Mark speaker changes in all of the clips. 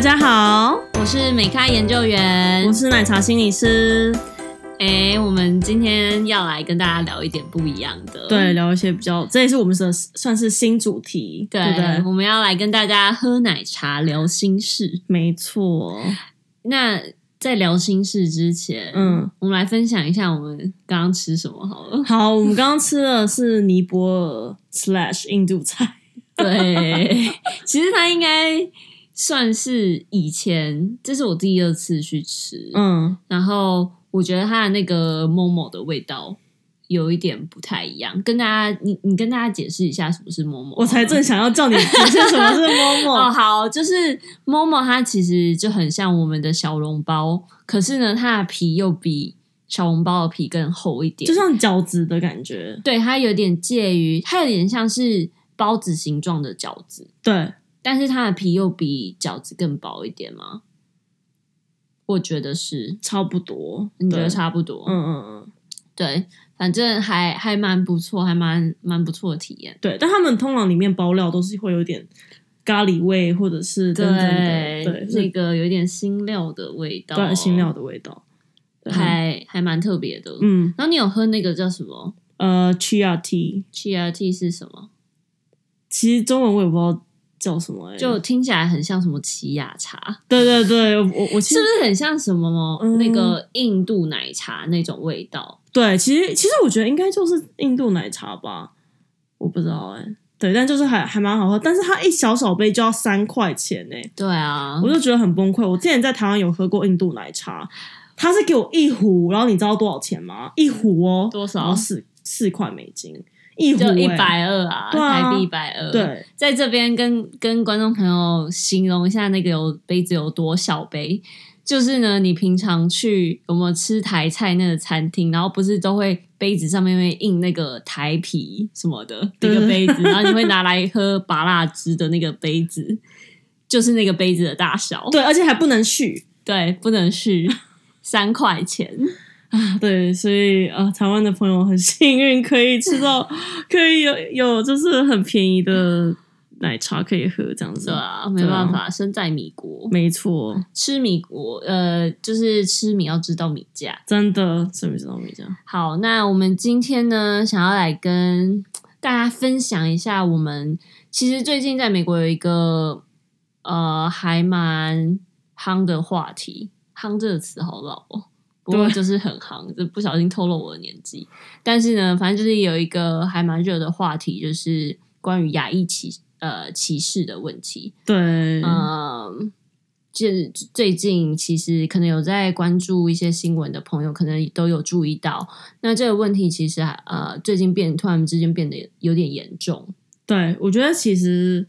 Speaker 1: 家好，
Speaker 2: 我是美咖研究员
Speaker 1: 我。是奶茶心理师。
Speaker 2: 哎、我们今天要来跟大家聊一点不一样的。
Speaker 1: 对，聊一些比较，这也是我们的算是新主题，对
Speaker 2: 对
Speaker 1: 不对？
Speaker 2: 我们要来跟大家喝奶茶聊心事。
Speaker 1: 没错，
Speaker 2: 那在聊心事之前，
Speaker 1: 嗯，。
Speaker 2: 我们来分享一下我们刚刚吃什么好了
Speaker 1: 好，我们刚刚吃的是尼泊尔 slash 印度菜，
Speaker 2: 对，其实它应该算是以前，这是我第二次去吃，
Speaker 1: 嗯，
Speaker 2: 然后我觉得它的那个 momo 的味道有一点不太一样，跟大家你你跟大家解释一下什么是 momo。
Speaker 1: 我才正想要叫你解释什么是
Speaker 2: 哦，
Speaker 1: momo，
Speaker 2: 好，就是 momo 它其实就很像我们的小笼包，可是呢，它的皮又比小笼包的皮更厚一点，
Speaker 1: 就像饺子的感觉，
Speaker 2: 对它有点介于，它有点像是包子形状的饺子，
Speaker 1: 对，
Speaker 2: 但是它的皮又比饺子更薄一点吗？我觉得是，
Speaker 1: 差不多，
Speaker 2: 你觉
Speaker 1: 对
Speaker 2: 得差不多？
Speaker 1: 嗯嗯嗯。
Speaker 2: 对，反正还还蛮不错，还蛮蛮不错的体验。
Speaker 1: 对，但他们通常里面包料都是会有点咖喱味，或者是等等的，
Speaker 2: 那
Speaker 1: 对，是
Speaker 2: 个有点辛料的味道，
Speaker 1: 对新料的味道。对
Speaker 2: 还还蛮特别的。
Speaker 1: 嗯
Speaker 2: 然后你有喝那个叫什么
Speaker 1: 呃，chia tea，
Speaker 2: GRT 是什么？
Speaker 1: 其实中文我也不知道叫什么、欸，
Speaker 2: 就听起来很像什么奇亚茶，
Speaker 1: 对对对，我我其
Speaker 2: 是
Speaker 1: 实
Speaker 2: 不是很像什么、
Speaker 1: 嗯
Speaker 2: 那个印度奶茶那种味道？
Speaker 1: 对，其实其实我觉得应该就是印度奶茶吧，我不知道哎、对，但就是还还蛮好喝，但是它一小小杯就要三块钱哎、
Speaker 2: 对啊
Speaker 1: 我，就觉得很崩溃。我之前在台湾有喝过印度奶茶，它是给我一壶，然后你知道多少钱吗？一壶哦，
Speaker 2: 多少
Speaker 1: 然后四四块美金，一壶、
Speaker 2: 就
Speaker 1: 欸、
Speaker 2: 一。百二啊，
Speaker 1: 对啊
Speaker 2: 台币一百二。，
Speaker 1: 对，
Speaker 2: 在这边跟跟观众朋友形容一下那个有杯子有多小杯。就是呢，你平常去我们吃台菜那个餐厅，然后不是都会杯子上面会印那个台啤什么的那
Speaker 1: 对
Speaker 2: 个
Speaker 1: 对
Speaker 2: 杯子，然后你会拿来喝拔辣汁的那个杯子， 就是那个杯子的大小。
Speaker 1: 对，而且还不能续。
Speaker 2: 对，不能续三块钱。
Speaker 1: 对，所以呃，台湾的朋友很幸运，可以吃到，可以有有就是很便宜的奶茶可以喝，这样 子。
Speaker 2: 对啊，没办法，身在米国，
Speaker 1: 没错，
Speaker 2: 吃米国，呃，就是吃米要知道米价。
Speaker 1: 真的，什么知啊道没讲？
Speaker 2: 好，那我们今天呢，想要来跟大家分享一下，我们其实最近在美国有一个呃还蛮夯的话题，“夯”这个词好老哦，不过
Speaker 1: 对
Speaker 2: 就是很夯，这不小心透露我的年纪。但是呢，反正就是有一个还蛮热的话题，就是关于亚裔歧呃歧视的问题。
Speaker 1: 对，
Speaker 2: 嗯，就是最近其实可能有在关注一些新闻的朋友，可能都有注意到。那这个问题其实还呃，最近变突然之间变得有点严重。
Speaker 1: 对，我觉得其实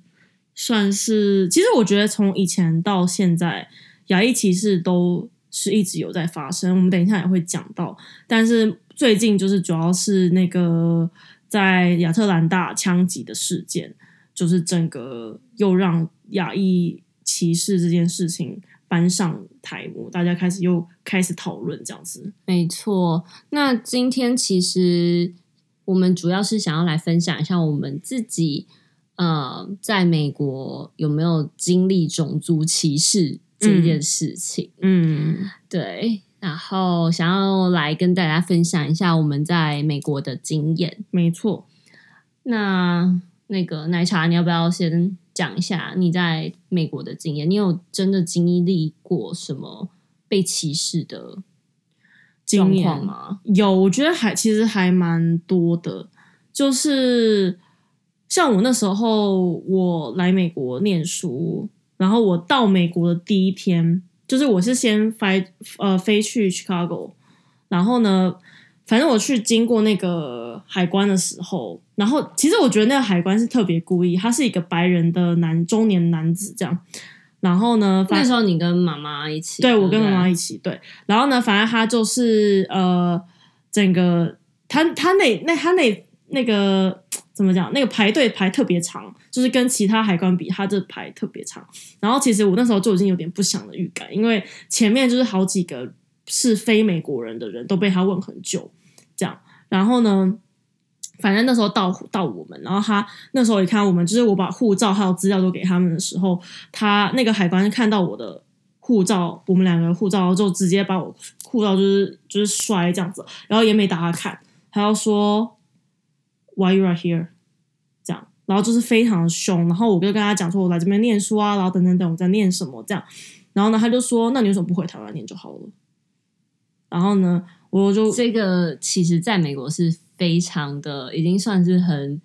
Speaker 1: 算是，其实我觉得从以前到现在，亚裔歧视都是一直有在发生。我们等一下也会讲到，但是最近就是主要是那个在亚特兰大枪击的事件，就是整个又让亚裔歧视这件事情搬上台幕，大家开始又开始讨论这样子。
Speaker 2: 没错，那今天其实我们主要是想要来分享一下我们自己呃，在美国有没有经历种族歧视这件事情。
Speaker 1: 嗯，
Speaker 2: 对，然后想要来跟大家分享一下我们在美国的经验。
Speaker 1: 没错。
Speaker 2: 那那个奶茶，你要不要先讲一下你在美国的经验？你有真的经历过什么被歧视的
Speaker 1: 经
Speaker 2: 状
Speaker 1: 验
Speaker 2: 况吗？
Speaker 1: 有，我觉得还其实还蛮多的，就是像我那时候我来美国念书，然后我到美国的第一天，就是我是先飞呃飞去 Chicago，然后呢，反正我去经过那个海关的时候，然后其实我觉得那个海关是特别故意，他是一个白人的男中年男子这样，然后呢，反
Speaker 2: 那时候你跟妈妈一起，
Speaker 1: 对，我
Speaker 2: 不
Speaker 1: 跟妈妈一起对。然后呢，反正他就是呃，整个他他那那他那那个怎么讲？那个排队排特别长，就是跟其他海关比，他这排特别长。然后其实我那时候就已经有点不祥的预感，因为前面就是好几个是非美国人的人都被他问很久，这样。然后呢，反正那时候到到我们，然后他那时候也看到我们，就是我把护照还有资料都给他们的时候，他那个海关看到我的护照，我们两个的护照就直接把我护照就是就是摔这样子，然后也没打他看，还要说 Why you are here？这样，然后就是非常凶，然后我就跟他讲说，我来这边念书啊，然后等等等，我在念什么这样，然后呢他就说，那你为什么不回台湾念就好了？然后呢，我就
Speaker 2: 这个其实在美国是非常的，已经算是很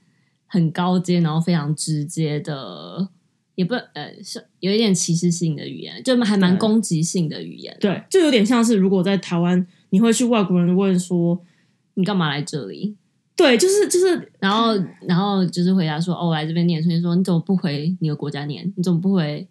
Speaker 2: 很高阶，然后非常直接的，也不呃是有一点歧视性的语言，就还蛮
Speaker 1: 对
Speaker 2: 攻击性的语言。
Speaker 1: 对，就有点像是如果在台湾，你会去外国人问说，
Speaker 2: 你干嘛来这里？
Speaker 1: 对，就是就是
Speaker 2: 然 后，然后就是回答说：“哦，我来这边念。”所以说你怎么不回你的国家念？你怎么不回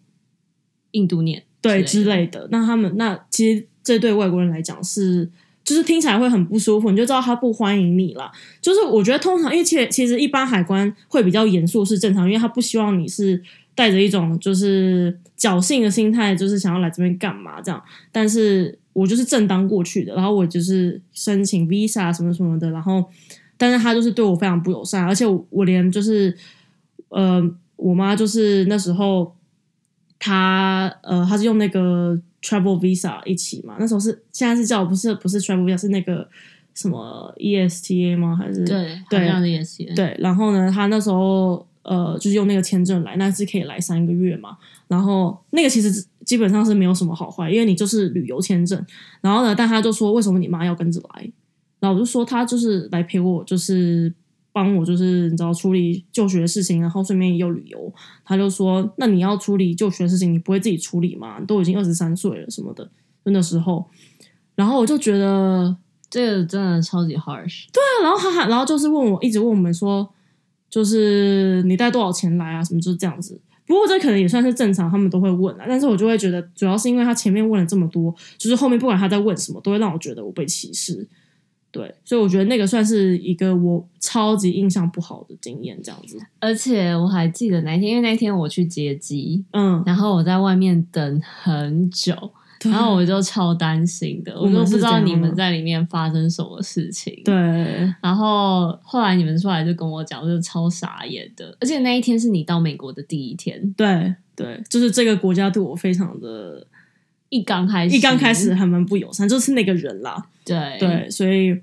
Speaker 2: 印度念？
Speaker 1: 对
Speaker 2: 之
Speaker 1: 之
Speaker 2: 类
Speaker 1: 类的。那他们那其实这对外国人来讲是，就是听起来会很不舒服，你就知道他不欢迎你啦。就是我觉得通常，因为其实其实一般海关会比较严肃是正常，因为他不希望你是带着一种就是侥幸的心态，就是想要来这边干嘛这样。但是我就是正当过去的，然后我就是申请 visa 什么什么的，然后但是他就是对我非常不友善，而且我我连就是呃，我妈就是那时候她呃，她是用那个 travel visa 一起嘛，那时候是现在是叫不是不是 travel visa 是那个什么 E ESTA 吗？还是
Speaker 2: 对，
Speaker 1: 对
Speaker 2: 好像也是。
Speaker 1: 对，然后呢，他那时候呃，就是用那个签证来，那是可以来三个月嘛。然后那个其实基本上是没有什么好坏，因为你就是旅游签证。然后呢，但他就说为什么你妈要跟着来？然后我就说他就是来陪我，就是帮我，就是你知道处理就学的事情，然后顺便也有旅游。他就说那你要处理就学的事情，你不会自己处理吗？你都已经二十三岁了什么的，就那时候。然后我就觉得
Speaker 2: 这个真的超级 harsh。
Speaker 1: 然后他还，然后就是问我，一直问我们说，就是你带多少钱来啊，什么就是这样子。不过这可能也算是正常，他们都会问啊。但是我就会觉得，主要是因为他前面问了这么多，就是后面不管他在问什么，都会让我觉得我被歧视。对，所以我觉得那个算是一个我超级印象不好的经验，这样子。
Speaker 2: 而且我还记得那一天，因为那天我去接机，
Speaker 1: 嗯，
Speaker 2: 然后我在外面等很久，
Speaker 1: 对
Speaker 2: 然后我 就超担心的，我
Speaker 1: 我
Speaker 2: 都
Speaker 1: 们
Speaker 2: 不
Speaker 1: 是
Speaker 2: 知道
Speaker 1: 这样
Speaker 2: 你们
Speaker 1: 吗
Speaker 2: 在里面发生什么事情。
Speaker 1: 对
Speaker 2: 然后后来你们出来就跟我讲，我就超傻眼的。而且那一天是你到美国的第一天，
Speaker 1: 对对，就是这个国家对我非常的，
Speaker 2: 一刚开始，
Speaker 1: 一刚开始，还蛮不友善，就是那个人啦。
Speaker 2: 对
Speaker 1: 对，所以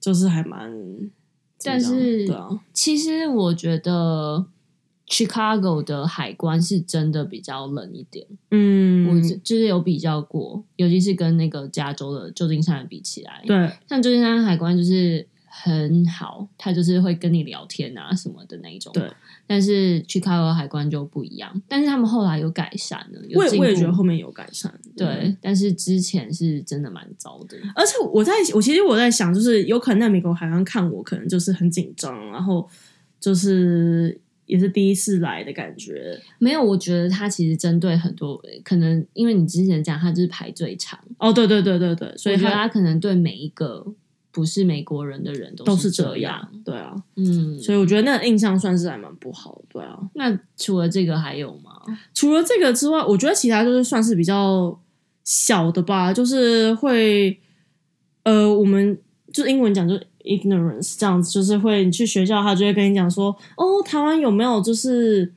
Speaker 1: 就是还蛮，怎么
Speaker 2: 嗯但
Speaker 1: 讲
Speaker 2: 是
Speaker 1: 对啊，
Speaker 2: 其实我觉得 Chicago 的海关是真的比较冷一点，
Speaker 1: 嗯，
Speaker 2: 我就就是有比较过，尤其是跟那个加州的旧金山比起来，
Speaker 1: 对
Speaker 2: 像旧金山海关就是很好，他就是会跟你聊天啊什么的那一种，
Speaker 1: 对。
Speaker 2: 但是 Chicago 海关就不一样，但是他们后来有改善了，有
Speaker 1: 我也
Speaker 2: 进
Speaker 1: 我也觉
Speaker 2: 步
Speaker 1: 得后面有改善，
Speaker 2: 对，但是之前是真的蛮糟的，
Speaker 1: 而且我在我其实我在想，就是有可能在美国海关看我，可能就是很紧张，然后就是也是第一次来的感觉
Speaker 2: 没有，我觉得他其实针对很多，可能因为你之前讲他就是排最长。
Speaker 1: 哦，对对对对对，所以
Speaker 2: 我觉得
Speaker 1: 他
Speaker 2: 他可能对每一个不是美国人的人都
Speaker 1: 都
Speaker 2: 是
Speaker 1: 是
Speaker 2: 这
Speaker 1: 这样，对啊，
Speaker 2: 嗯，
Speaker 1: 所以我觉得那个印象算是还蛮不好，对啊。
Speaker 2: 那除了这个还有吗？
Speaker 1: 除了这个之外，我觉得其他就是算是比较小的吧，就是会，呃，我们就英文讲就是 ignorance 这样子，就是会你去学校，他就会跟你讲说，哦，台湾有没有就是，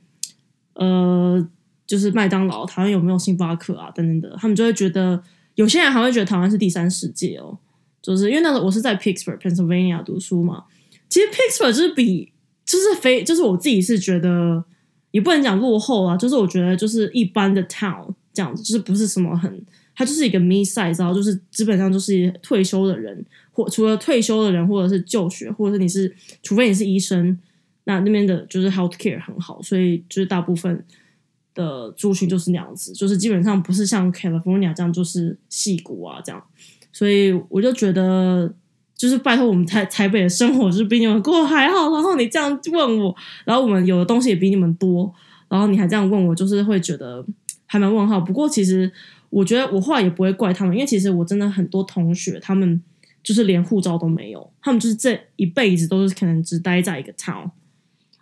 Speaker 1: 呃，就是麦当劳，台湾有没有星巴克啊，等等的，他们就会觉得，有些人还会觉得台湾是第三世界哦，就是因为那时候我是在 Pittsburgh Pennsylvania 读书嘛，其实 Pittsburgh 就是比就是非就是我自己是觉得。也不能讲落后啊，就是我觉得就是一般的 town 这样子，就是不是什么很，它就是一个 me size，然后就是基本上就是退休的人，或除了退休的人或者是就学，或者是你是，除非你是医生，那那边的就是 health care 很好，所以就是大部分的族群就是那样子，就是基本上不是像 California 这样就是戏骨啊这样，所以我就觉得。就是拜托我们台台北的生活，就是比你们过得还好。然后你这样问我，然后我们有的东西也比你们多，然后你还这样问我，就是会觉得嗯还蛮问号。不过其实我觉得我后来也不会怪他们，因为其实我真的很多同学他们就是连护照都没有，他们就是这一辈子都是可能只待在一个 town。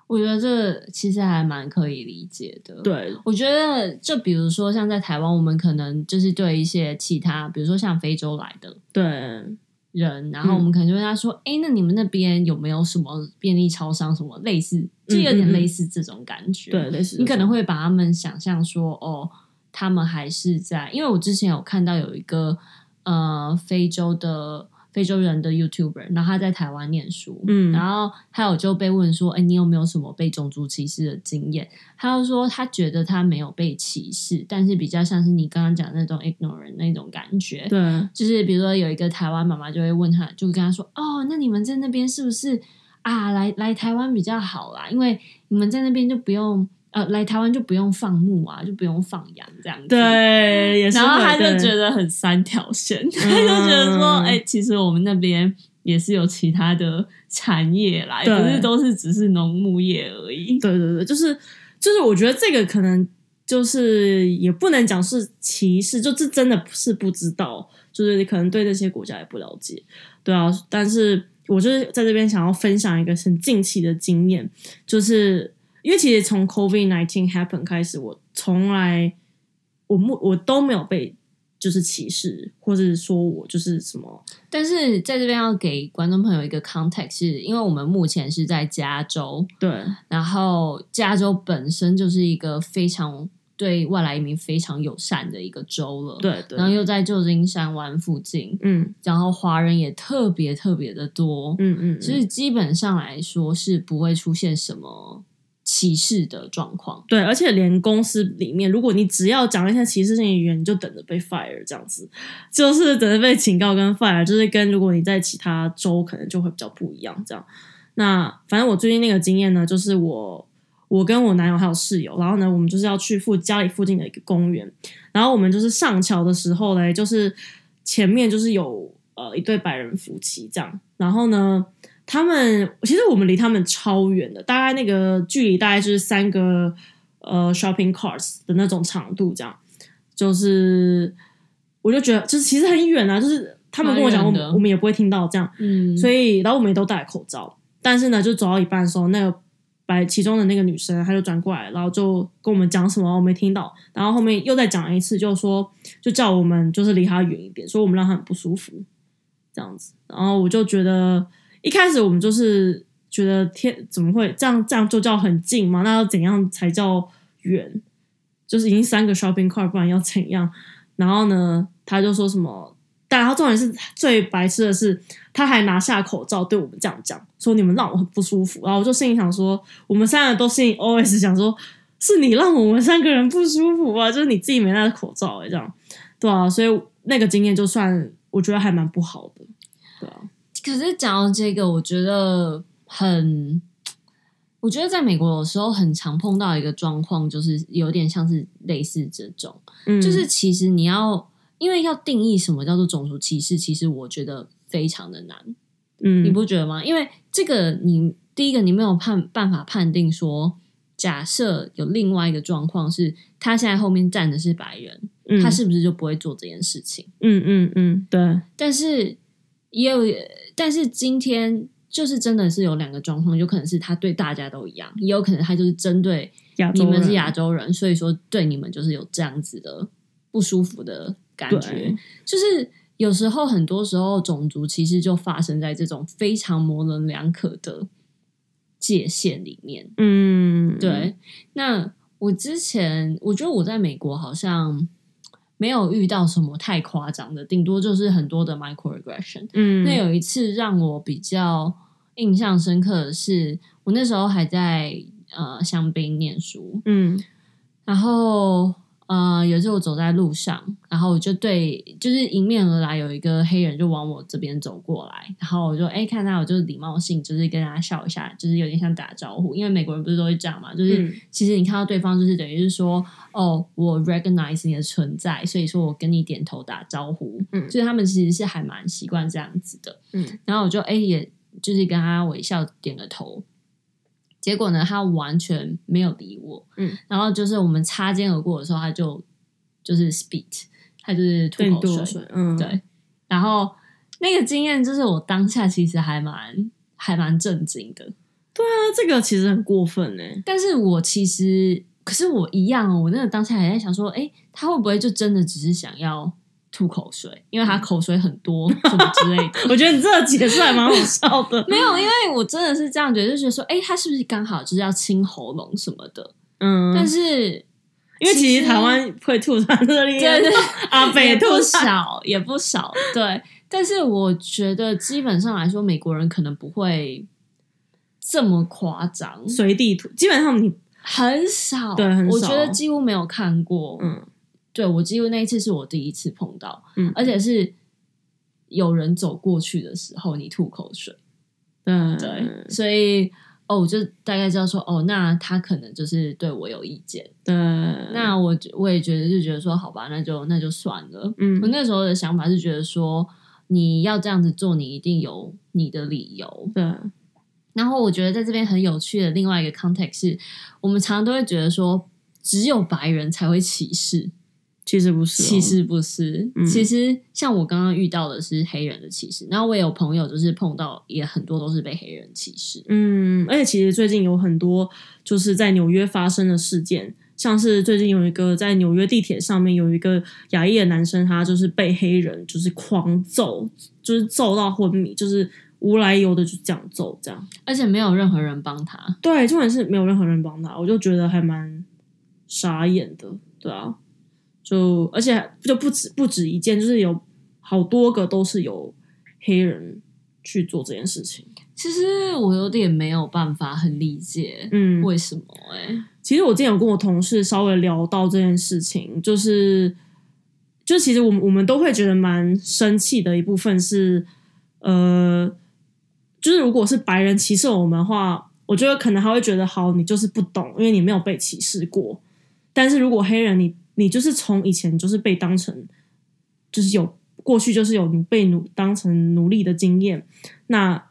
Speaker 2: 我觉得这其实还蛮可以理解的。，
Speaker 1: 对，
Speaker 2: 我觉得就比如说像在台湾，我们可能就是对一些其他，比如说像非洲来的，
Speaker 1: 对，
Speaker 2: 人，然后我们可能就问他说：“哎、那你们那边有没有什么便利超商，什么类似，就有点类似这种感觉？”
Speaker 1: 对，类似
Speaker 2: 你可能会把他们想象说，哦，他们还是在，因为我之前有看到有一个呃非洲的非洲人的 YouTuber，然后他在台湾念书，
Speaker 1: 嗯
Speaker 2: 然后还有就被问说，哎，你有没有什么被种族歧视的经验？他就说他觉得他没有被歧视，但是比较像是你刚刚讲的那种 ignorant 那种感觉，
Speaker 1: 对，
Speaker 2: 就是比如说有一个台湾妈妈就会问他，就跟他说：“哦，那你们在那边是不是啊？来来台湾比较好啦，因为你们在那边就不用呃，来台湾就不用放牧啊，就不不用放羊这样子。”。
Speaker 1: 对，也是会。
Speaker 2: 然后他就觉
Speaker 1: 得，
Speaker 2: 得很三条线， 他就觉得说：“哎、其实我们那边也是有其他的产业啦，也不
Speaker 1: 对
Speaker 2: 是都是只是农牧业而 已。”
Speaker 1: 对对对，就是就是，我觉得这个可能就是也不能讲是歧视，就这真的是不知道，就是你可能对这些国家也不了解，对啊。但是我就是在这边想要分享一个很近期的经验，就是因为其实从 COVID nineteen happen 开始，我从来我目我都没有被就是歧视，或者说我就是什么
Speaker 2: 但是在这边要给观众朋友一个 context，是因为我们目前是在加州，
Speaker 1: 对
Speaker 2: 然后加州本身就是一个非常对外来移民非常友善的一个州了，，
Speaker 1: 对对，
Speaker 2: 然后又在旧金山湾附近，
Speaker 1: 嗯
Speaker 2: 然后华人也特别特别的多，
Speaker 1: 嗯嗯，
Speaker 2: 所以基本上来说是不会出现什么歧视的状况。
Speaker 1: 对，而且连公司里面，如果你只要讲一些歧视性语言，你就等着被 fire 这样子，就是等着被警告跟 fire，就是跟如果你在其他州可能就会比较不一样这样。那反正我最近那个经验呢，就是我我跟我男友还有室友，然后呢，我们就是要去附家里附近的一个公园，然后我们就是上桥的时候嘞，就是前面就是有呃一对白人夫妻这样，然后呢，他们其实我们离他们超远的，大概那个距离大概就是三个呃 shopping carts 的那种长度，这样就是我就觉得就是其实很远啊，就是他们跟我讲，我
Speaker 2: 蛮远
Speaker 1: 们
Speaker 2: 的
Speaker 1: 我们也不会听到这样，
Speaker 2: 嗯
Speaker 1: 所
Speaker 2: 以
Speaker 1: 以然后我们也都戴口罩，但是呢，就走到一半的时候，那个白其中的那个女生，她就转过来，然后就跟我们讲什么哦我没听到，然后后面又再讲一次，就说就叫我们就是离她远一点，说我们让她很不舒服这样子，然后我就觉得一开始我们就是觉得天怎么会这样这样就叫很近嘛？那要怎样才叫远？就是已经三个 shopping cart，不然要怎样？然后呢，他就说什么？但然后重点是最白痴的是，他还拿下口罩对我们这样讲，说你们让我很不舒服。然后我就心里想说，我们三个都心里 always 想说，是你让我们三个人不舒服啊，就是你自己没戴口罩、欸、这样，对啊，所以那个经验就算我觉得还蛮不好的，对啊，
Speaker 2: 可是讲到这个，我觉得很，我觉得在美国有时候很常碰到一个状况，就是有点像是类似这种。
Speaker 1: 嗯，
Speaker 2: 就是其实你要，因为要定义什么叫做种族歧视，其实我觉得非常的难，
Speaker 1: 嗯，
Speaker 2: 你不觉得吗？因为这个你第一个你没有判办法判定说，假设有另外一个状况是他现在后面站的是白人，
Speaker 1: 嗯
Speaker 2: 他是不是就不会做这件事情？
Speaker 1: 嗯嗯嗯，对，
Speaker 2: 但是也有，但是今天。就是真的是有两个状况，有可能是他对大家都一样，也有可能他就是针对
Speaker 1: 亚洲
Speaker 2: 你们是
Speaker 1: 人
Speaker 2: 亚洲人，所以说对你们就是有这样子的不舒服的感觉
Speaker 1: 对。
Speaker 2: 就是有时候，很多时候种族其实就发生在这种非常模棱两可的界限里面。
Speaker 1: 嗯，
Speaker 2: 对，，那我之前我觉得我在美国好像没有遇到什么太夸张的，顶多就是很多的 microaggression。
Speaker 1: 嗯，
Speaker 2: 那有一次让我比较印象深刻的是，我那时候还在呃香槟念书，
Speaker 1: 嗯
Speaker 2: 然后呃，有一次我走在路上，然后我就对，就是迎面而来有一个黑人就往我这边走过来，然后我就哎看他，我就礼貌性就是跟他笑一下，就是有点像打招呼，因为美国人不是都会这样嘛，就是、
Speaker 1: 嗯
Speaker 2: 其实你看到对方就是等于是说哦，我 recognize 你的存在，所以说我跟你点头打招呼，
Speaker 1: 嗯
Speaker 2: 所以他们其实是还蛮习惯这样子的。
Speaker 1: 嗯
Speaker 2: 然后我就哎、也就是跟他微笑点个头。结果呢，他完全没有理我。
Speaker 1: 嗯，
Speaker 2: 然后就是我们擦肩而过的时候，他就就是 spit，他就是吐
Speaker 1: 对你
Speaker 2: 口
Speaker 1: 多
Speaker 2: 水。
Speaker 1: 水，嗯，
Speaker 2: 对，然后那个经验就是我当下其实还蛮还蛮震惊的，
Speaker 1: 那这个其实很过分呢、欸
Speaker 2: 但是我其实可是我一样哦，我那个当下还在想说，哎，他会不会就真的只是想要吐口水，因为他口水很多什么之类的。
Speaker 1: 我觉得你这个解释还蛮好笑的。
Speaker 2: 没有，因为我真的是这样觉得，就觉得说，哎、他是不是刚好就是要清喉咙什么的？
Speaker 1: 嗯，
Speaker 2: 但是
Speaker 1: 因为其
Speaker 2: 其
Speaker 1: 实
Speaker 2: 实
Speaker 1: 台湾会吐痰的厉害
Speaker 2: 对对，
Speaker 1: 阿啊北
Speaker 2: 也
Speaker 1: 吐
Speaker 2: 不
Speaker 1: 痰，
Speaker 2: 少，也不少，对。但是我觉得基本上来说，美国人可能不会这么夸张，
Speaker 1: 随地吐，基本上你
Speaker 2: 很少，
Speaker 1: 对很
Speaker 2: 我
Speaker 1: 少
Speaker 2: 觉得几乎没有看过，
Speaker 1: 嗯
Speaker 2: 对我几乎那一次是我第一次碰到，
Speaker 1: 嗯，
Speaker 2: 而且是有人走过去的时候你吐口水，
Speaker 1: 对
Speaker 2: 对，所以哦，我就大概知道说，哦，那他可能就是对我有意见，
Speaker 1: 对，
Speaker 2: 那我我也觉得就觉得说，好吧，那就那就算了。
Speaker 1: 嗯
Speaker 2: 我那时候的想法是觉得说，你要这样子做，你一定有你的理由。
Speaker 1: 对
Speaker 2: 然后我觉得在这边很有趣的另外一个 context 是，我们常常都会觉得说，只有白人才会歧视，
Speaker 1: 其实不是哦，
Speaker 2: 其实不是。
Speaker 1: 嗯
Speaker 2: 其实像我刚刚遇到的是黑人的歧视，然后我也有朋友就是碰到也很多都是被黑人歧视。
Speaker 1: 嗯，而且其实最近有很多就是在纽约发生的事件，像是最近有一个在纽约地铁上面有一个亚裔的男生，他就是被黑人就是狂揍，就是揍到昏迷，就是无来由的就这样揍，这样
Speaker 2: 而且没有任何人帮他，
Speaker 1: 对，重点是没有任何人帮他，我就觉得还蛮傻眼的，对啊，就而且就不止不止一件，就是有好多个都是有黑人去做这件事情，
Speaker 2: 其实我有点没有办法很理解
Speaker 1: 嗯，
Speaker 2: 为什么哎、
Speaker 1: 其实我之前有跟我同事稍微聊到这件事情，就是，就其实我们我们都会觉得蛮生气的一部分是，呃，就是如果是白人歧视我们的话，我觉得可能还会觉得好，你就是不懂，因为你没有被歧视过。但是如果黑人你，你就是从以前就是被当成，就是有过去就是有你被奴当成奴隶的经验，那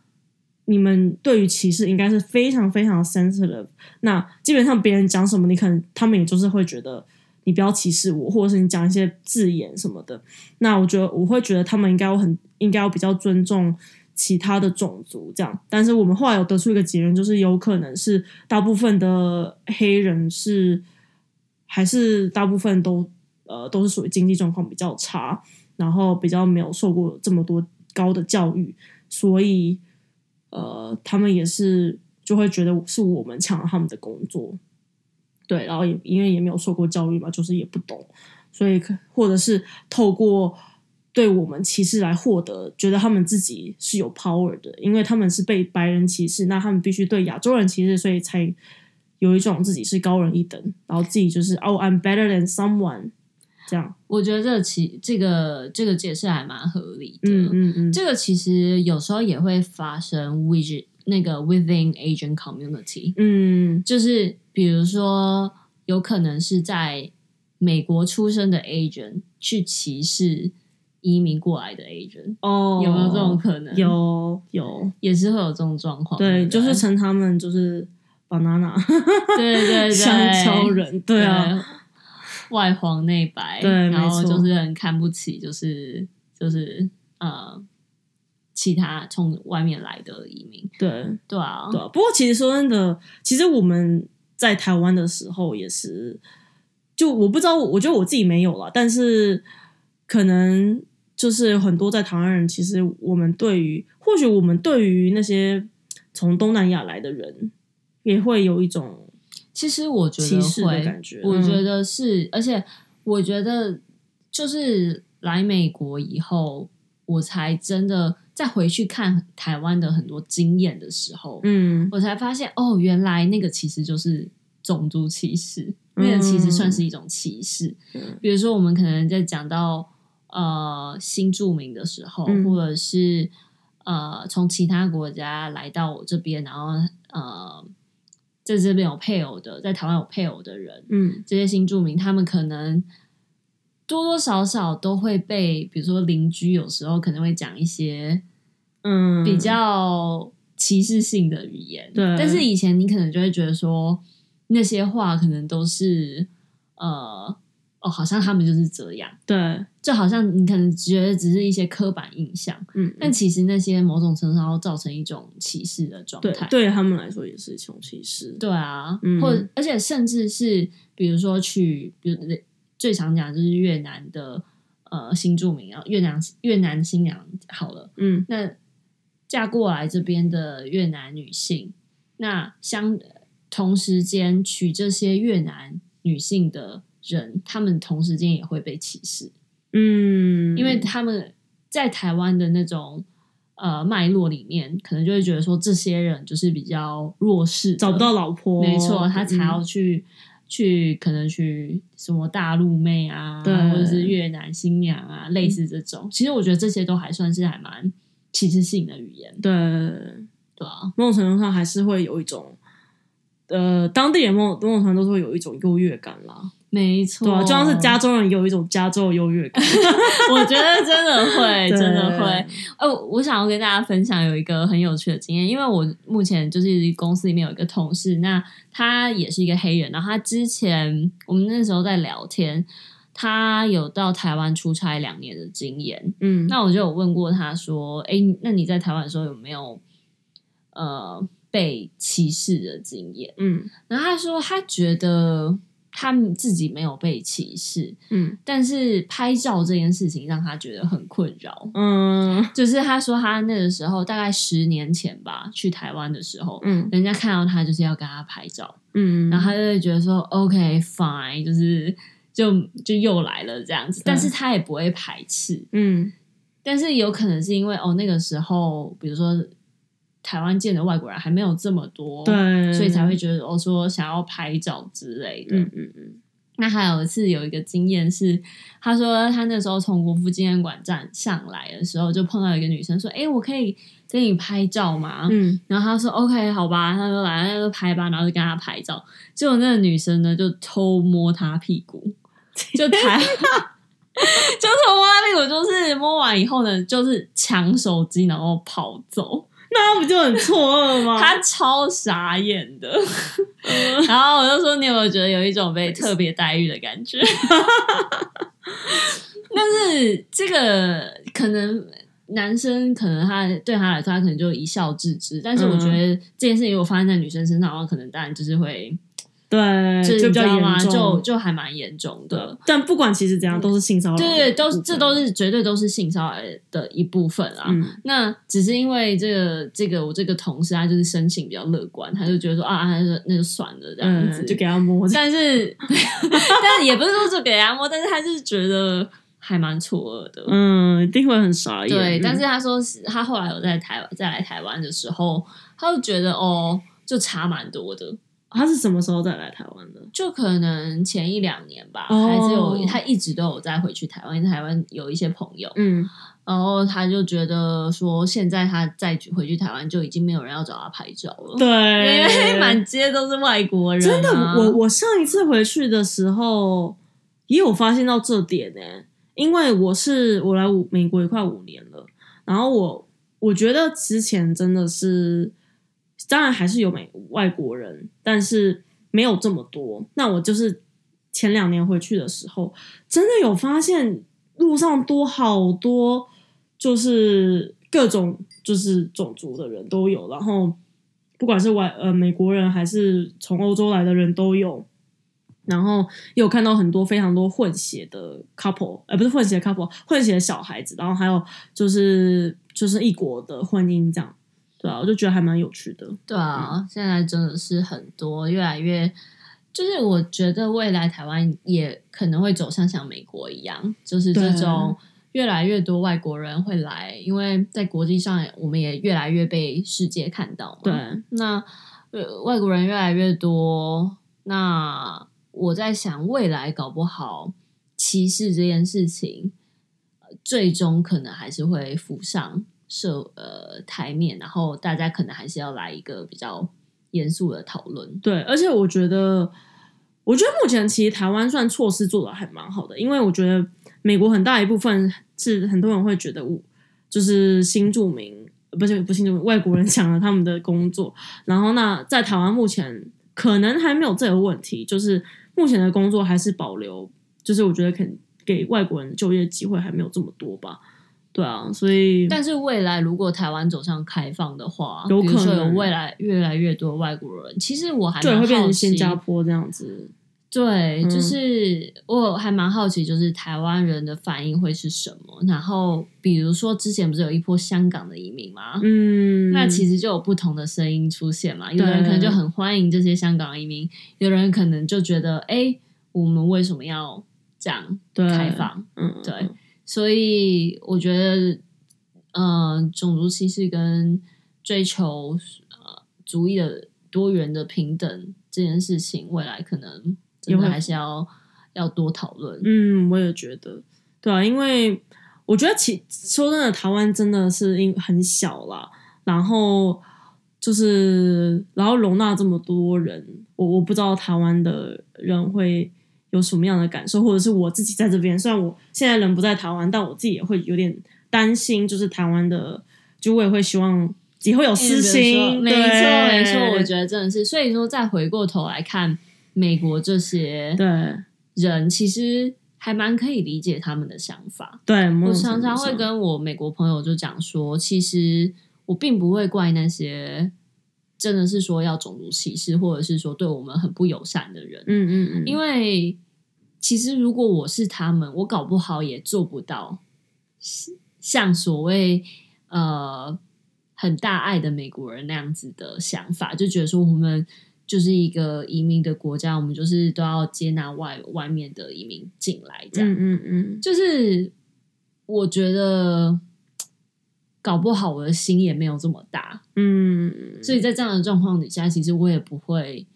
Speaker 1: 你们对于歧视应该是非常非常 sensitive。那基本上别人讲什么，你可能他们也就是会觉得你不要歧视我，或者是你讲一些字眼什么的。那我觉得我会觉得他们应该要很应该要比较尊重其他的种族这样。但是我们后来有得出一个结论，就是有可能是大部分的黑人是还是大部分都呃都是属于经济状况比较差，然后比较没有受过这么多高的教育，所以呃，他们也是就会觉得是我们抢了他们的工作，对，然后也因为也没有受过教育嘛，就是也不懂，所以可或者是透过对我们歧视来获得，觉得他们自己是有 power 的，因为他们是被白人歧视，那他们必须对亚洲人歧视，所以才有一种自己是高人一等，然后自己就是
Speaker 2: 嗯
Speaker 1: 哦、i m better than someone 这样，
Speaker 2: 我觉得这个其这个这个解释还蛮合理的。
Speaker 1: 嗯嗯嗯，
Speaker 2: 这个其实有时候也会发生 with 那个 within Asian community，
Speaker 1: 嗯
Speaker 2: 就是比如说有可能是在美国出生的 Asian 去歧视移民过来的 Asian，、
Speaker 1: 哦，
Speaker 2: 有没有这种可能？，
Speaker 1: 有有，
Speaker 2: 也是会有这种状况。
Speaker 1: 对，
Speaker 2: 不
Speaker 1: 就是称他们就是 banana
Speaker 2: 对 对对，
Speaker 1: 香蕉人，对啊，
Speaker 2: 外黄内白，
Speaker 1: 对
Speaker 2: 然
Speaker 1: 没
Speaker 2: 后
Speaker 1: 错
Speaker 2: 就是很看不起，就是就是呃，其他从外面来的移民，
Speaker 1: 对
Speaker 2: 对啊，
Speaker 1: 对啊。不过其实说真的，其实我们在台湾的时候也是，就我不知道，我觉得我自己没有了，但是可能就是很多在台湾人，其实我们对于或许我们对于那些从东南亚来的人，也会有一种
Speaker 2: 其实我觉
Speaker 1: 歧
Speaker 2: 得
Speaker 1: 视的
Speaker 2: 会，
Speaker 1: 感觉
Speaker 2: 我
Speaker 1: 嗯
Speaker 2: 觉得是，而且我觉得就是来美国以后，我才真的再回去看台湾的很多经验的时候，
Speaker 1: 嗯
Speaker 2: 我才发现哦，原来那个其实就是种族歧视，
Speaker 1: 嗯
Speaker 2: 那个其实算是一种歧视。
Speaker 1: 嗯
Speaker 2: 比如说，我们可能在讲到呃新住民的时候，
Speaker 1: 嗯
Speaker 2: 或者是呃从其他国家来到我这边，然后呃在这边有配偶的，在台湾有配偶的人，
Speaker 1: 嗯
Speaker 2: 这些新住民，他们可能多多少少都会被，比如说邻居有时候可能会讲一些
Speaker 1: 嗯，
Speaker 2: 比较歧视性的语言。
Speaker 1: 对
Speaker 2: 但是以前你可能就会觉得说那些话可能都是呃哦，好像他们就是这样，
Speaker 1: 嗯对，
Speaker 2: 就好像你可能觉得只是一些刻板印象，
Speaker 1: 嗯，
Speaker 2: 但其实那些某种程度上都造成一种歧视的状
Speaker 1: 对
Speaker 2: 态。
Speaker 1: 对他们来说也是一种歧视，
Speaker 2: 对啊，
Speaker 1: 嗯
Speaker 2: 或而且甚至是比如说去，比如最常讲就是越南的呃新住民，然后越南越南新娘好了，
Speaker 1: 嗯
Speaker 2: 那嫁过来这边的越南女性，那相同时间娶这些越南女性的人，他们同时间也会被歧视，
Speaker 1: 嗯，
Speaker 2: 因为他们在台湾的那种。呃，脉络里面可能就会觉得说，这些人就是比较弱势的，
Speaker 1: 找不到老婆，
Speaker 2: 没错，他才要
Speaker 1: 嗯
Speaker 2: 去、去可能去什么大陆妹啊，
Speaker 1: 对
Speaker 2: 或者是越南新娘啊，类似这种。其实我觉得这些都还算是还蛮歧视性的语言，
Speaker 1: 对。
Speaker 2: 对啊，
Speaker 1: 某种程度上还是会有一种，呃，当地人某某种程度上会有一种优越感
Speaker 2: 哦
Speaker 1: 啦，
Speaker 2: 没错，
Speaker 1: 对啊，就像是加，州人有一种加州优越 感，
Speaker 2: 我觉得真的 会，
Speaker 1: 对
Speaker 2: 哎真的会。，哦，我想要跟大家分享有一个很有趣的经验，因为我目前就是公司里面有一个同事，那他也是一个黑人，然后他之前我们那时候在聊天，他有到台湾出差两年的经验，
Speaker 1: 嗯，
Speaker 2: 那我就有问过他说：“哎、那你在台湾的时候有没有呃被歧视的经验
Speaker 1: 嗯？”
Speaker 2: 然后他说他觉得他自己没有被歧视，
Speaker 1: 嗯
Speaker 2: 但是拍照这件事情让他觉得很困扰。
Speaker 1: 嗯
Speaker 2: 就是他说他那个时候大概十年前吧，去台湾的时候。
Speaker 1: 嗯
Speaker 2: 人家看到他就是要跟他拍照，
Speaker 1: 嗯，
Speaker 2: 然后他就会觉得说 OK fine，就是就就又来了这样子，但是他也不会排斥，
Speaker 1: 嗯
Speaker 2: 但是有可能是因为哦，那个时候比如说台湾见的外国人还没有这么多，，
Speaker 1: 对，
Speaker 2: 哦所以才会觉得哦说想要拍照之类的。
Speaker 1: 嗯嗯嗯
Speaker 2: 那还有一次有一个经验是，他说他那时候从国父纪念馆站上来的时候，就碰到一个女生说：“哎、我可以跟你拍照吗？”
Speaker 1: 嗯
Speaker 2: 然后他说 OK 好吧，他说来那就拍吧，然后就跟他拍照。结果那个女生呢就偷摸他屁股，就 抬，就偷摸他屁股，就是摸完以后呢，就是抢手机然后跑走。
Speaker 1: 那他不就很错愕 吗？
Speaker 2: 他超傻眼的，
Speaker 1: 嗯
Speaker 2: 然后我就说你有没有觉得有一种被特别待遇的感 觉？但是这个可能男生可能他对他来说，他可能就一笑置之。但是我
Speaker 1: 嗯
Speaker 2: 觉得这件事情如果发生在女生身上的话，可能当然就是会，
Speaker 1: 对，
Speaker 2: 就是你
Speaker 1: 呃就比
Speaker 2: 知
Speaker 1: 较
Speaker 2: 道吗？
Speaker 1: 严重，嗯
Speaker 2: 就就还蛮严重的。
Speaker 1: 但不管其实怎样都是性骚扰，
Speaker 2: 对对，都
Speaker 1: 是
Speaker 2: 是这都是绝对都是性骚扰的一部分啊。
Speaker 1: 嗯
Speaker 2: 那只是因为这个这个我这个同事他就是生性比较乐观，他就觉得说啊，那就那就算了这样子。
Speaker 1: 嗯，就给他摸，
Speaker 2: 但是 但也不是说就给他摸，但是他就是觉得还蛮错愕的。
Speaker 1: 嗯，一定会很傻眼，
Speaker 2: 对，
Speaker 1: 嗯
Speaker 2: 但是他说是他后来有在台湾再来台湾的时候，他就觉得哦，就差蛮多的，
Speaker 1: 他是什么时候再来台湾的？
Speaker 2: 就可能前一两年吧，
Speaker 1: 哦
Speaker 2: 还是有他一直都有再回去台湾，因为台湾有一些朋友，
Speaker 1: 嗯
Speaker 2: 然后他就觉得说，现在他再回去台湾，就已经没有人要找他拍照了，，因为
Speaker 1: 对，
Speaker 2: 满街都是外国人、啊，
Speaker 1: 真的，我我上一次回去的时候也有发现到这点呢、因为我是我来五美国也快五年了，然后我我觉得之前真的是，当然还是有美外国人，但是没有这么多。那我就是前两年回去的时候，真的有发现路上多好多，就是各种就是种族的人都有，然后不管是外呃美国人还是从欧洲来的人都有，然后也有看到很多非常多混血的 couple，呃不是混血 couple，混血小孩子，然后还有就是就是异国的婚姻这样，对啊，我就觉得还蛮有趣的，
Speaker 2: 对啊，现在真的是很多，越来越，就是我觉得未来台湾也可能会走向像美国一样，就是这
Speaker 1: 对
Speaker 2: 种越来越多外国人会来，因为在国际上我们也越来越被世界看到嘛。
Speaker 1: 对，，
Speaker 2: 那呃外国人越来越多，那我在想未来搞不好歧视这件事情，呃最终可能还是会浮上社呃台面，然后大家可能还是要来一个比较严肃的讨论。
Speaker 1: 对，而且我觉得，我觉得目前其实台湾算措施做的还蛮好的，因为我觉得美国很大一部分是很多人会觉得我就是新住民，呃不是不是新住民，外国人 抢了他们的工作，然后那在台湾目前可能还没有这个问题，就是目前的工作还是保留，就是我觉得肯给外国人就业机会还没有这么多吧，对啊，所以
Speaker 2: 但是未来如果台湾走向开放的话，
Speaker 1: 有
Speaker 2: 比如
Speaker 1: 可
Speaker 2: 说有
Speaker 1: 能
Speaker 2: 未来越来越多外国人，其实我还
Speaker 1: 就也
Speaker 2: 蛮
Speaker 1: 会变
Speaker 2: 好
Speaker 1: 成
Speaker 2: 奇
Speaker 1: 新加坡这样子，
Speaker 2: 对，
Speaker 1: 嗯
Speaker 2: 就是我还蛮好奇，就是台湾人的反应会是什么？然后比如说之前不是有一波香港的移民吗？
Speaker 1: 嗯，
Speaker 2: 那其
Speaker 1: 实
Speaker 2: 实就有不同的声音出现嘛，有的人可能就很欢迎这些香港移民，有的人可能就觉得，哎、我们为什么要这样
Speaker 1: 对
Speaker 2: 开，放？
Speaker 1: 嗯，
Speaker 2: 对，所以我觉得，呃，种族歧视跟追求呃族裔的多元的平等这件事情，未来可能真
Speaker 1: 也
Speaker 2: 的
Speaker 1: 会
Speaker 2: 还是要要多讨论。
Speaker 1: 嗯，我也觉得，对啊，因为我觉得其说真的，台湾真的是因很小啦，然后就是然后容纳这么多人，我我不知道台湾的人会有什么样的感受，或者是我自己在这边，虽然我现在人不在台湾，但我自己也会有点担心，就是台湾的，就我也会希望也会有私心，
Speaker 2: 嗯没错
Speaker 1: 对
Speaker 2: 没错，我觉得真的是，所以说再回过头来看美国这些
Speaker 1: 对
Speaker 2: 人，其实还蛮可以理解他们的想法。
Speaker 1: 对，某
Speaker 2: 我
Speaker 1: 种
Speaker 2: 常
Speaker 1: 程
Speaker 2: 常
Speaker 1: 度
Speaker 2: 会
Speaker 1: 上
Speaker 2: 跟我美国朋友就讲说，其实我并不会怪那些真的是说要种族歧视，或者是说对我们很不友善的人，
Speaker 1: 嗯嗯嗯，
Speaker 2: 因为其实如果我是他们，我搞不好也做不到像所谓呃很大爱的美国人那样子的想法，就觉得说我们。就是一个移民的国家，我们就是都要接纳外外面的移民进来，这样。
Speaker 1: 嗯嗯嗯，
Speaker 2: 就是我觉得搞不好我的心也没有这么大，
Speaker 1: 嗯，
Speaker 2: 所以在这样的状况底下，其实我也不会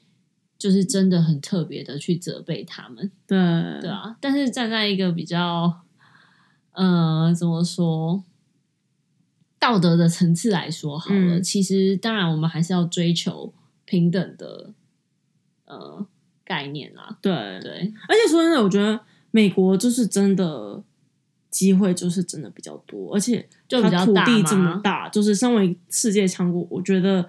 Speaker 2: 就是真的很特别的去责备他们，
Speaker 1: 对
Speaker 2: 对啊。但是站在一个比较，呃，怎么说？道德的层次来说好了，
Speaker 1: 嗯
Speaker 2: 其实当然我们还是要追求平等的呃概念啦，
Speaker 1: 对
Speaker 2: 对，
Speaker 1: 而且说真的，我觉得美国就是真的机会就是真的比较多，而且
Speaker 2: 就比
Speaker 1: 它
Speaker 2: 较
Speaker 1: 土
Speaker 2: 大
Speaker 1: 地这
Speaker 2: 嘛
Speaker 1: 么大，就是身为世界强国，我觉得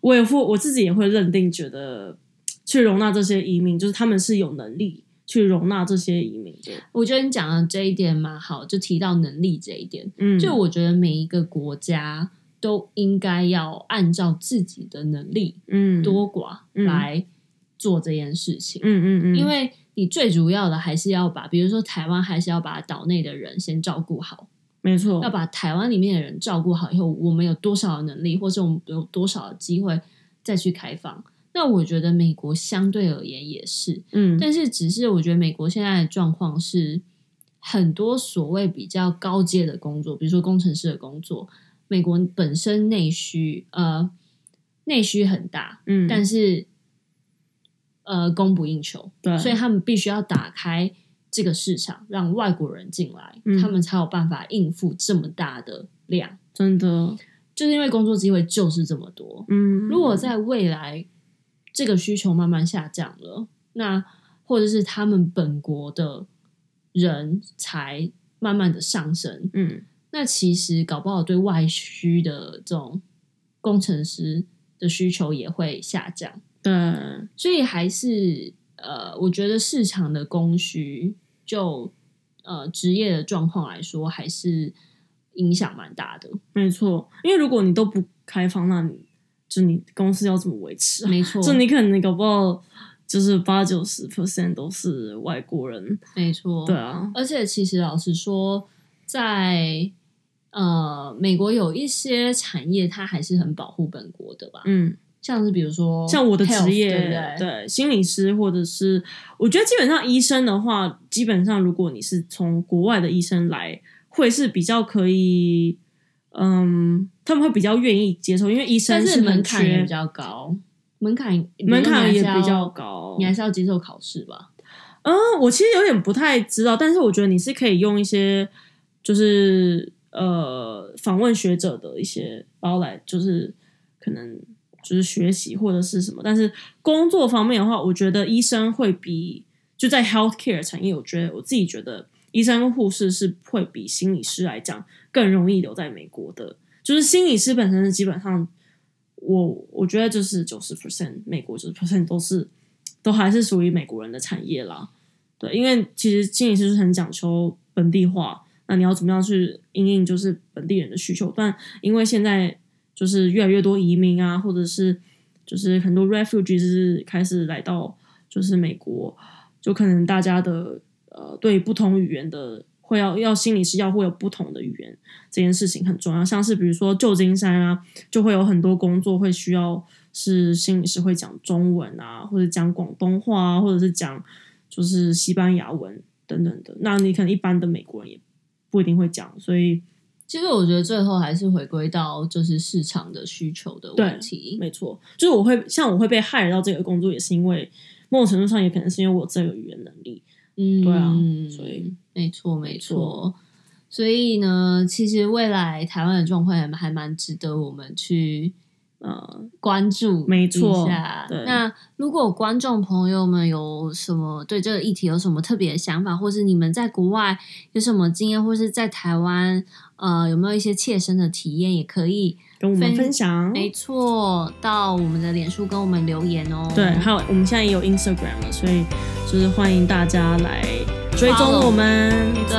Speaker 1: 我也会我自己也会认定，觉得去容纳这些移民，就是他们是有能力去容纳这些移民的。
Speaker 2: 我觉得你讲的这一点蛮好，就提到能力这一点，
Speaker 1: 嗯，
Speaker 2: 就我觉得每一个国家都应该要按照自己的能力
Speaker 1: 嗯
Speaker 2: 多寡
Speaker 1: 嗯
Speaker 2: 来做这件事情，
Speaker 1: 嗯嗯嗯，
Speaker 2: 因为你最主要的还是要把，比如说台湾还是要把岛内的人先照顾好，
Speaker 1: 没错
Speaker 2: 要，把台湾里面的人照顾好以后，我们有多少的能力，或是我们有多少的机会再去开放。那我觉得美国相对而言也是，
Speaker 1: 嗯
Speaker 2: 但是只是我觉得美国现在的状况是，很多所谓比较高阶的工作，比如说工程师的工作，美国本身内需呃内需很大，
Speaker 1: 嗯，
Speaker 2: 但是呃供不应求，
Speaker 1: 对，
Speaker 2: 所以他们必须要打开这个市场，让外国人进来，
Speaker 1: 嗯
Speaker 2: 他们才有办法应付这么大的量，
Speaker 1: 真的，
Speaker 2: 就是因为工作机会就是这么多，
Speaker 1: 嗯，
Speaker 2: 如果在未来这个需求慢慢下降了，那或者是他们本国的人才慢慢的上升，
Speaker 1: 嗯
Speaker 2: 那其实搞不好对外需的这种工程师的需求也会下降，
Speaker 1: 对，
Speaker 2: 所以还是呃，我觉得市场的供需就呃职业的状况来说，还是影响蛮大的。
Speaker 1: 没错，因为如果你都不开放，那你就你公司要怎么维持啊？
Speaker 2: 没错，
Speaker 1: 就你可能搞不好就是八九十 percent 都是外国人，
Speaker 2: 没错，
Speaker 1: 对啊，
Speaker 2: 而且其实老实说，在呃美国有一些产业，它还是很保护本国的吧，
Speaker 1: 嗯，
Speaker 2: 像是比如说
Speaker 1: 像我的
Speaker 2: 哦 health，
Speaker 1: 职业，
Speaker 2: 对不对？
Speaker 1: 心理师或者是我觉得基本上医生的话，基本上如果你是从国外的医生来，会是比较可以，嗯，他们会比较愿意接受，因为医生
Speaker 2: 但是
Speaker 1: 很
Speaker 2: 门槛也
Speaker 1: 缺
Speaker 2: 比较高，门槛
Speaker 1: 门槛
Speaker 2: 比
Speaker 1: 也
Speaker 2: 如说你还
Speaker 1: 比
Speaker 2: 是要
Speaker 1: 较。高，
Speaker 2: 你还是要接受考试吧？
Speaker 1: 嗯，我其实有点不太知道，但是我觉得你是可以用一些就是呃访问学者的一些包来，就是可能就是学习或者是什么，但是工作方面的话，我觉得医生会比就在 healthcare 产业，我觉得我自己觉得医生跟护士是会比心理师来讲更容易留在美国的，就是心理师本身是基本上我我觉得就是九十 percent 美国九十 percent 都是都还是属于美国人的产业啦。对，因为其实心理师是很讲求本地化，那你要怎么样去应应就是本地人的需求？但因为现在就是越来越多移民啊，或者是就是很多 refugee 是开始来到就是美国，就可能大家的呃对不同语言的会要要心理师要会有不同的语言这件事情很重要，像是比如说旧金山啊，就会有很多工作会需要是心理师会讲中文啊，或者讲广东话啊，或者是讲就是西班牙文等等的。那你可能一般的美国人也不一定会讲，所以
Speaker 2: 其实我觉得最后还是回归到就是市场的需求的问题。
Speaker 1: 没错，就是我会像我会被害到这个工作，也是因为某种程度上也可能是因为我这个语言能力。
Speaker 2: 嗯，
Speaker 1: 对啊所以
Speaker 2: 没错，没
Speaker 1: 错
Speaker 2: 错。所以呢，其实未来台湾的状况也还蛮值得我们去
Speaker 1: 呃，
Speaker 2: 关注
Speaker 1: 没
Speaker 2: 一
Speaker 1: 错
Speaker 2: 下
Speaker 1: 对
Speaker 2: 那如果观众朋友们有什么对这个议题有什么特别的想法，或是你们在国外有什么经验，或是在台湾呃有没有一些切身的体验，也可以
Speaker 1: 跟我们
Speaker 2: 分
Speaker 1: 分享。
Speaker 2: 没错到我们的脸书跟我们留言哦。
Speaker 1: 对，还有我们现在也有 Instagram 了，所以就是欢迎大家来追踪
Speaker 2: Follow
Speaker 1: 我们。
Speaker 2: 对，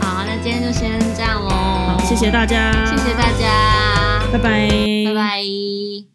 Speaker 2: 好，那今天就先这样喽。
Speaker 1: 好，谢谢大家，
Speaker 2: 谢谢大，家，
Speaker 1: 拜拜，
Speaker 2: 拜拜